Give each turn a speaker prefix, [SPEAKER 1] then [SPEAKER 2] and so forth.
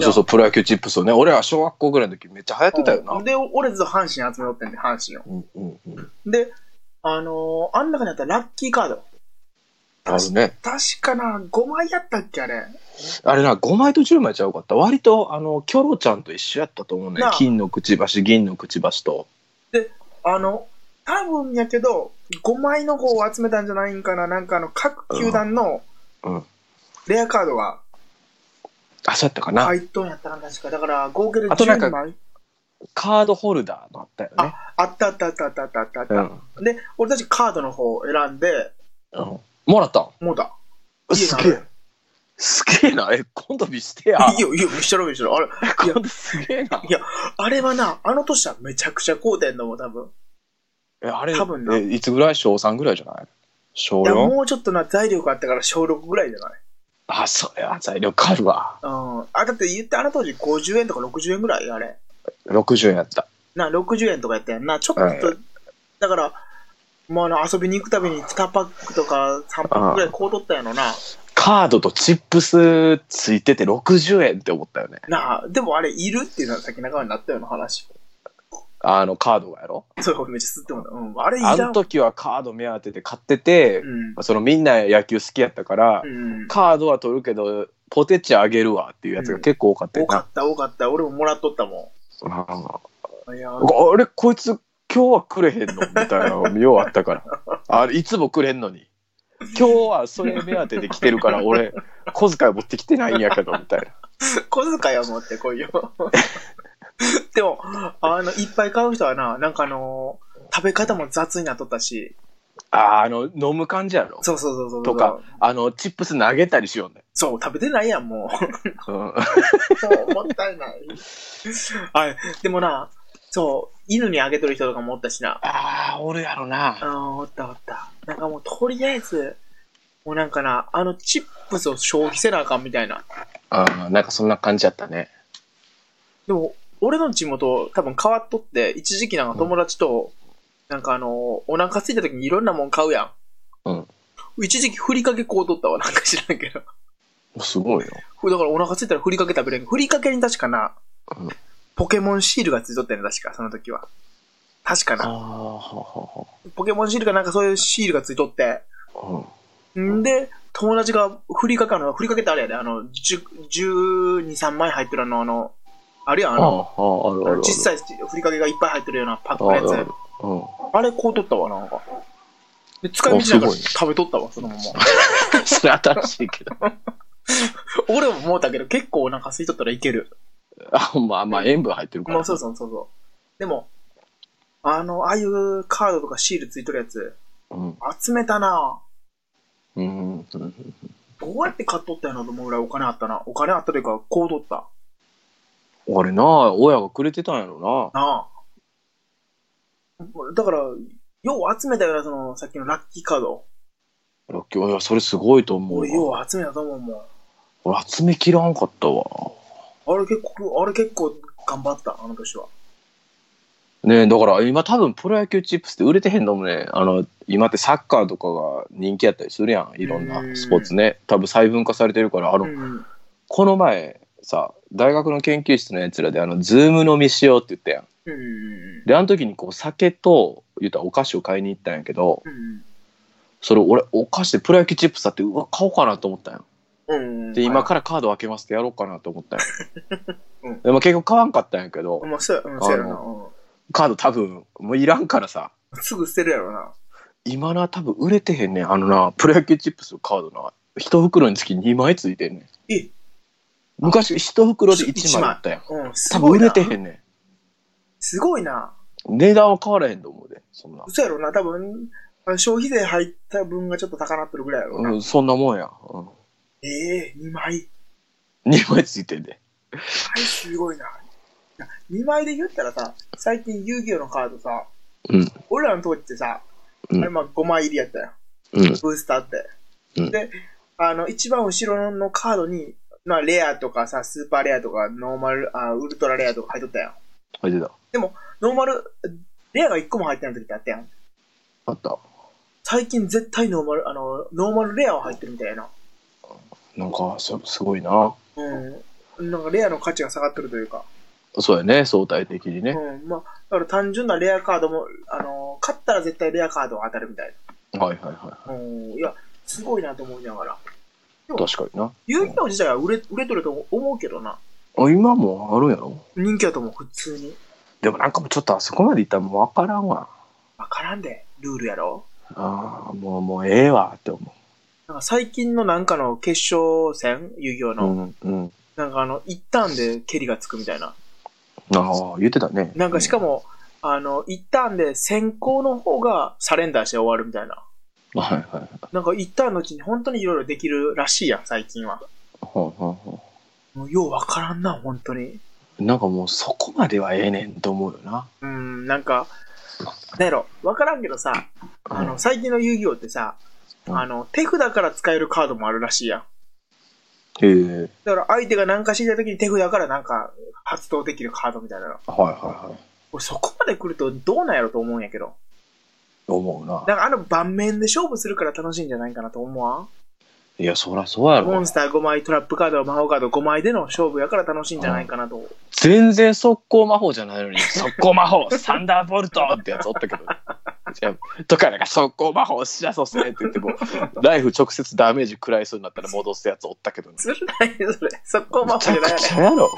[SPEAKER 1] そうそう、プロ野球チップスをね。俺は小学校ぐらいの時めっちゃ流行ってたよな。
[SPEAKER 2] で、俺ずっと阪神集めよってんで、阪神を。
[SPEAKER 1] うんうんうん。
[SPEAKER 2] で、あのーあん中にあったラッキーカード。
[SPEAKER 1] あるね。
[SPEAKER 2] 確かな、5枚やったっけ、あれ。
[SPEAKER 1] あれな、5枚と10枚ちゃうかった。割と、あの、キョロちゃんと一緒やったと思うね
[SPEAKER 2] なあ。
[SPEAKER 1] 金のくちばし、銀のくちばしと。
[SPEAKER 2] あの、多分やけど、5枚の方を集めたんじゃないんかな。なんかあの、各球団の
[SPEAKER 1] うん。
[SPEAKER 2] レアカードが
[SPEAKER 1] あ、そうやったかな。
[SPEAKER 2] 入っとんやったな、確か。だから、合計で
[SPEAKER 1] あとなんか
[SPEAKER 2] 12枚
[SPEAKER 1] カードホルダーのあったよね。
[SPEAKER 2] あったあったあったあったあったあった
[SPEAKER 1] うん。
[SPEAKER 2] で、俺たちカードの方を選んで、
[SPEAKER 1] うん。もらったん
[SPEAKER 2] もうだ。いい
[SPEAKER 1] す
[SPEAKER 2] な
[SPEAKER 1] げえ。すげえな。え、今度見してや。
[SPEAKER 2] いいよ、いいよ、見してろ、見してろ。あれ、
[SPEAKER 1] 今度すげえな。
[SPEAKER 2] あれはな、あの年はめちゃくちゃ買うてんのも、多分。
[SPEAKER 1] え、あれ、
[SPEAKER 2] 多分な
[SPEAKER 1] えいつぐらい小3ぐらいじゃない小
[SPEAKER 2] いや、
[SPEAKER 1] 4
[SPEAKER 2] もうちょっとな、財力あったから小6ぐらいじゃない
[SPEAKER 1] あ、それは材料あるわ。
[SPEAKER 2] うん。あ、だって言ってあの当時50円とか60円ぐらいあれ。
[SPEAKER 1] 60円やった。
[SPEAKER 2] な、60円とかやったやんな。ちょっと、
[SPEAKER 1] はい
[SPEAKER 2] だから、まあな、遊びに行くたびに2パックとか3パックぐらい買うとったやろな。
[SPEAKER 1] カードとチップスついてて60円って思ったよね。
[SPEAKER 2] なあ、でもあれ、いるっていうのは先仲間になったような話。
[SPEAKER 1] あの、カードがやろ
[SPEAKER 2] そういうめっちゃ吸ってもらった。うん。あれ、いら
[SPEAKER 1] あ
[SPEAKER 2] ん。
[SPEAKER 1] の時はカード目当てで買ってて、
[SPEAKER 2] うん。
[SPEAKER 1] そのみんな野球好きやったから、
[SPEAKER 2] うん。
[SPEAKER 1] カードは取るけど、ポテチあげるわっていうやつが結構多かった
[SPEAKER 2] 多
[SPEAKER 1] よ
[SPEAKER 2] か
[SPEAKER 1] な。
[SPEAKER 2] った、多かった。俺ももらっとったも
[SPEAKER 1] うん
[SPEAKER 2] ん。いや、
[SPEAKER 1] あれ、こいつ今日はくれへんのみたいなのようあったから。あれ、いつもくれんのに。今日はそれ目当てで来てるから、俺、小遣い持ってきてないんやけど、みたいな。
[SPEAKER 2] 小遣いは持ってこいよ。 でも、あの、いっぱい買う人はな、なんかあの食べ方も雑になっとったし、
[SPEAKER 1] あーあの、飲む感じやろ。
[SPEAKER 2] そうそうそうそうそ
[SPEAKER 1] と
[SPEAKER 2] う。
[SPEAKER 1] か。あの、チップス投げたりしようね。
[SPEAKER 2] そう、食べてないやん、もう。
[SPEAKER 1] うん。
[SPEAKER 2] そう、もったいない。 はい。でもな、そう、犬にあげとる人とかもおったしな。
[SPEAKER 1] ああ、おるやろ
[SPEAKER 2] あ
[SPEAKER 1] な。
[SPEAKER 2] あ、おったおった。なんかもう、とりあえず、もうなんかな、あのチップスを消費せなあかんみたいな。
[SPEAKER 1] あなんかそんな感じやったね。
[SPEAKER 2] でも、俺の地元、多分変わっとって、一時期なんか友達と、なんかあの、お腹空いた時にいろんなもん買うやん。
[SPEAKER 1] うん。
[SPEAKER 2] 一時期ふりかけこうとったわ、なんか知らんけど。
[SPEAKER 1] すごいよ。
[SPEAKER 2] だからお腹空いたらふりかけ食べれん。ふりかけに確かな
[SPEAKER 1] うん、
[SPEAKER 2] ポケモンシールがついとったよね、確か、その時は。確か
[SPEAKER 1] あ
[SPEAKER 2] な。
[SPEAKER 1] あ、
[SPEAKER 2] ポケモンシールかなんかそういうシールがついとって。
[SPEAKER 1] うん。
[SPEAKER 2] んで、友達がふりかけ、あの、ふりかけってあれやで、あの、10 12、3枚入ってるあの、あの、あるやん、あ
[SPEAKER 1] あ
[SPEAKER 2] の、
[SPEAKER 1] あ、あるある。
[SPEAKER 2] 小さいふりかけがいっぱい入ってるようなパックのやつ。
[SPEAKER 1] あるうん。
[SPEAKER 2] あれこう取ったわ、なんか。で、使い道だから食べとったわ、その まま。
[SPEAKER 1] それ新しいけ ど。
[SPEAKER 2] 俺も思ったけど、結構お腹空いとったらいける。
[SPEAKER 1] あ、まあまあ、塩分入ってるから。
[SPEAKER 2] まあ、そうそうそうそう。でも、あの、ああいうカードとかシールついとるやつ、
[SPEAKER 1] うん。
[SPEAKER 2] 集めたな
[SPEAKER 1] うん。うん。
[SPEAKER 2] どうやって買っとったんやろと思うぐらいお金あったな。お金あったというか、こう取った。
[SPEAKER 1] 俺な、親がくれてたんやろ
[SPEAKER 2] なあ。だから、よう集めたよな、その、さっきのラッキーカード。
[SPEAKER 1] な。ラッキー、いや、それすごいと思う
[SPEAKER 2] 俺、
[SPEAKER 1] わ。
[SPEAKER 2] よう集めたと思うもん。
[SPEAKER 1] 俺、集めきらんかったわ。
[SPEAKER 2] あれ結構、あれ結構頑張った、あの年は。
[SPEAKER 1] ねえ、だから今多分プロ野球チップスって売れてへんのもね、あの、今ってサッカーとかが人気やったりするやん。いろん
[SPEAKER 2] うん
[SPEAKER 1] なスポーツね。多分細分化されてるから、あの、
[SPEAKER 2] うん。
[SPEAKER 1] この前さ、大学の研究室のやつらで、あの、ズーム飲みしようって言ったやん。
[SPEAKER 2] うん。
[SPEAKER 1] で、あの時にこう、酒と、言ったらお菓子を買いに行ったんやけど、
[SPEAKER 2] うん。
[SPEAKER 1] それ俺、お菓子でプロ野球チップスだって、うわ、買おうかなと思ったんや。
[SPEAKER 2] うん。
[SPEAKER 1] で、今
[SPEAKER 2] は
[SPEAKER 1] からカード開けますってやろうかなと思ったんや。
[SPEAKER 2] うん
[SPEAKER 1] でも結局買わんかったんやけど
[SPEAKER 2] い、まあ、そうや、うん、そうやろな。う
[SPEAKER 1] カード多分、もういらんからさ、
[SPEAKER 2] んすぐ捨てるやろな。
[SPEAKER 1] 今な多分売れてへんねんあのなプロ野球チップスのカードな一袋につき2枚ついてんねん
[SPEAKER 2] え
[SPEAKER 1] 昔一袋で1枚だったやん
[SPEAKER 2] うん、す
[SPEAKER 1] 多分
[SPEAKER 2] ご
[SPEAKER 1] 売
[SPEAKER 2] いな。
[SPEAKER 1] れてへんね
[SPEAKER 2] すごいな。
[SPEAKER 1] ん値段は変わらへんと思うでそんな、
[SPEAKER 2] そうやろな。多分、あの消費税入った分がちょっと高なってるぐらいやろな。
[SPEAKER 1] うん、そんなもんや、う
[SPEAKER 2] ええ二2枚。
[SPEAKER 1] ん、2枚ついてんで
[SPEAKER 2] あれすごいな。2枚で言ったらさ、最近遊戯王のカードさ、
[SPEAKER 1] うん
[SPEAKER 2] 俺らの当時ってさ、
[SPEAKER 1] うん
[SPEAKER 2] あれまあ5枚入りやったやん。
[SPEAKER 1] うん
[SPEAKER 2] ブースターって。
[SPEAKER 1] うん
[SPEAKER 2] で、あの、一番後ろのカードに、まあ、レアとかさ、スーパーレアとか、ノーマル、あウルトラレアとか入っとったやん。
[SPEAKER 1] 入ってた
[SPEAKER 2] ノーマル、レアが1個も入ってない時ってあったやん。
[SPEAKER 1] あった
[SPEAKER 2] 最近絶対ノーマル、あの、ノーマルレアは入ってるみたいな。
[SPEAKER 1] なんかそすごいな
[SPEAKER 2] うん。なんかレアの価値が下がってるというか。
[SPEAKER 1] そうやね、相対的にね。
[SPEAKER 2] うん。まあ、だから単純なレアカードも、あのー、勝ったら絶対レアカードが当たるみたい
[SPEAKER 1] はいはいは
[SPEAKER 2] な。うん。いや、すごいなと思いながら。
[SPEAKER 1] い。確かにな。
[SPEAKER 2] 遊戯王自体は売れ売れとると思うけどな。
[SPEAKER 1] あ今もあるんやろ
[SPEAKER 2] 人気だと思う、普通に。
[SPEAKER 1] でもなんかもうちょっとあそこまでいったらもう分からんわ。
[SPEAKER 2] わからんで、ルールやろ。
[SPEAKER 1] ああ、もうもうええわって思
[SPEAKER 2] なんか最近のなんかの決勝戦、遊戯王
[SPEAKER 1] う。
[SPEAKER 2] の。
[SPEAKER 1] んうん。
[SPEAKER 2] なんかあの、一ターンで蹴りがつくみたいな。
[SPEAKER 1] ああ、言ってたね。
[SPEAKER 2] なんかしかも、あの、一ターンで先行の方がサレンダーして終わるみたいな。
[SPEAKER 1] も。はいはいはい。
[SPEAKER 2] なんか一ターンのうちに本当にいろいろできるらしいやん、最近は。
[SPEAKER 1] ほうほうほ
[SPEAKER 2] もうようわからんな、本当に。
[SPEAKER 1] うなんかもうそこまではええねんと思うよな。
[SPEAKER 2] うん、なんか、なんやろ、わからんけどさ、あの、最近の遊戯王ってさ、
[SPEAKER 1] うん
[SPEAKER 2] あの、手札から使えるカードもあるらしいやん。
[SPEAKER 1] へえ。
[SPEAKER 2] だから相手が何か死んだ時に手札からなんか発動できるカードみたいなの。
[SPEAKER 1] はいはいはい。
[SPEAKER 2] 俺そこまで来るとどうなんやろと思うんやけど。
[SPEAKER 1] 思うな。
[SPEAKER 2] なんかあの盤面で勝負するから楽しいんじゃないかなと思わん
[SPEAKER 1] いや、そらそうや
[SPEAKER 2] モ
[SPEAKER 1] ろ
[SPEAKER 2] ン。スター5枚、トラップカード、魔法カード5枚での勝負やから楽しいんじゃないかな と。
[SPEAKER 1] 全然速攻魔法じゃないのに、速攻魔法、 サンダーボルトってやつおったけど。じゃあとかなんか速攻魔法しらそうっすねって言っても、ライフ直接ダメージ食らいそうになったら戻すやつおったけどね。
[SPEAKER 2] つらいよ、それ。速攻
[SPEAKER 1] め
[SPEAKER 2] 魔法
[SPEAKER 1] ちゃ
[SPEAKER 2] じゃな
[SPEAKER 1] く
[SPEAKER 2] いよね
[SPEAKER 1] ちゃやろ。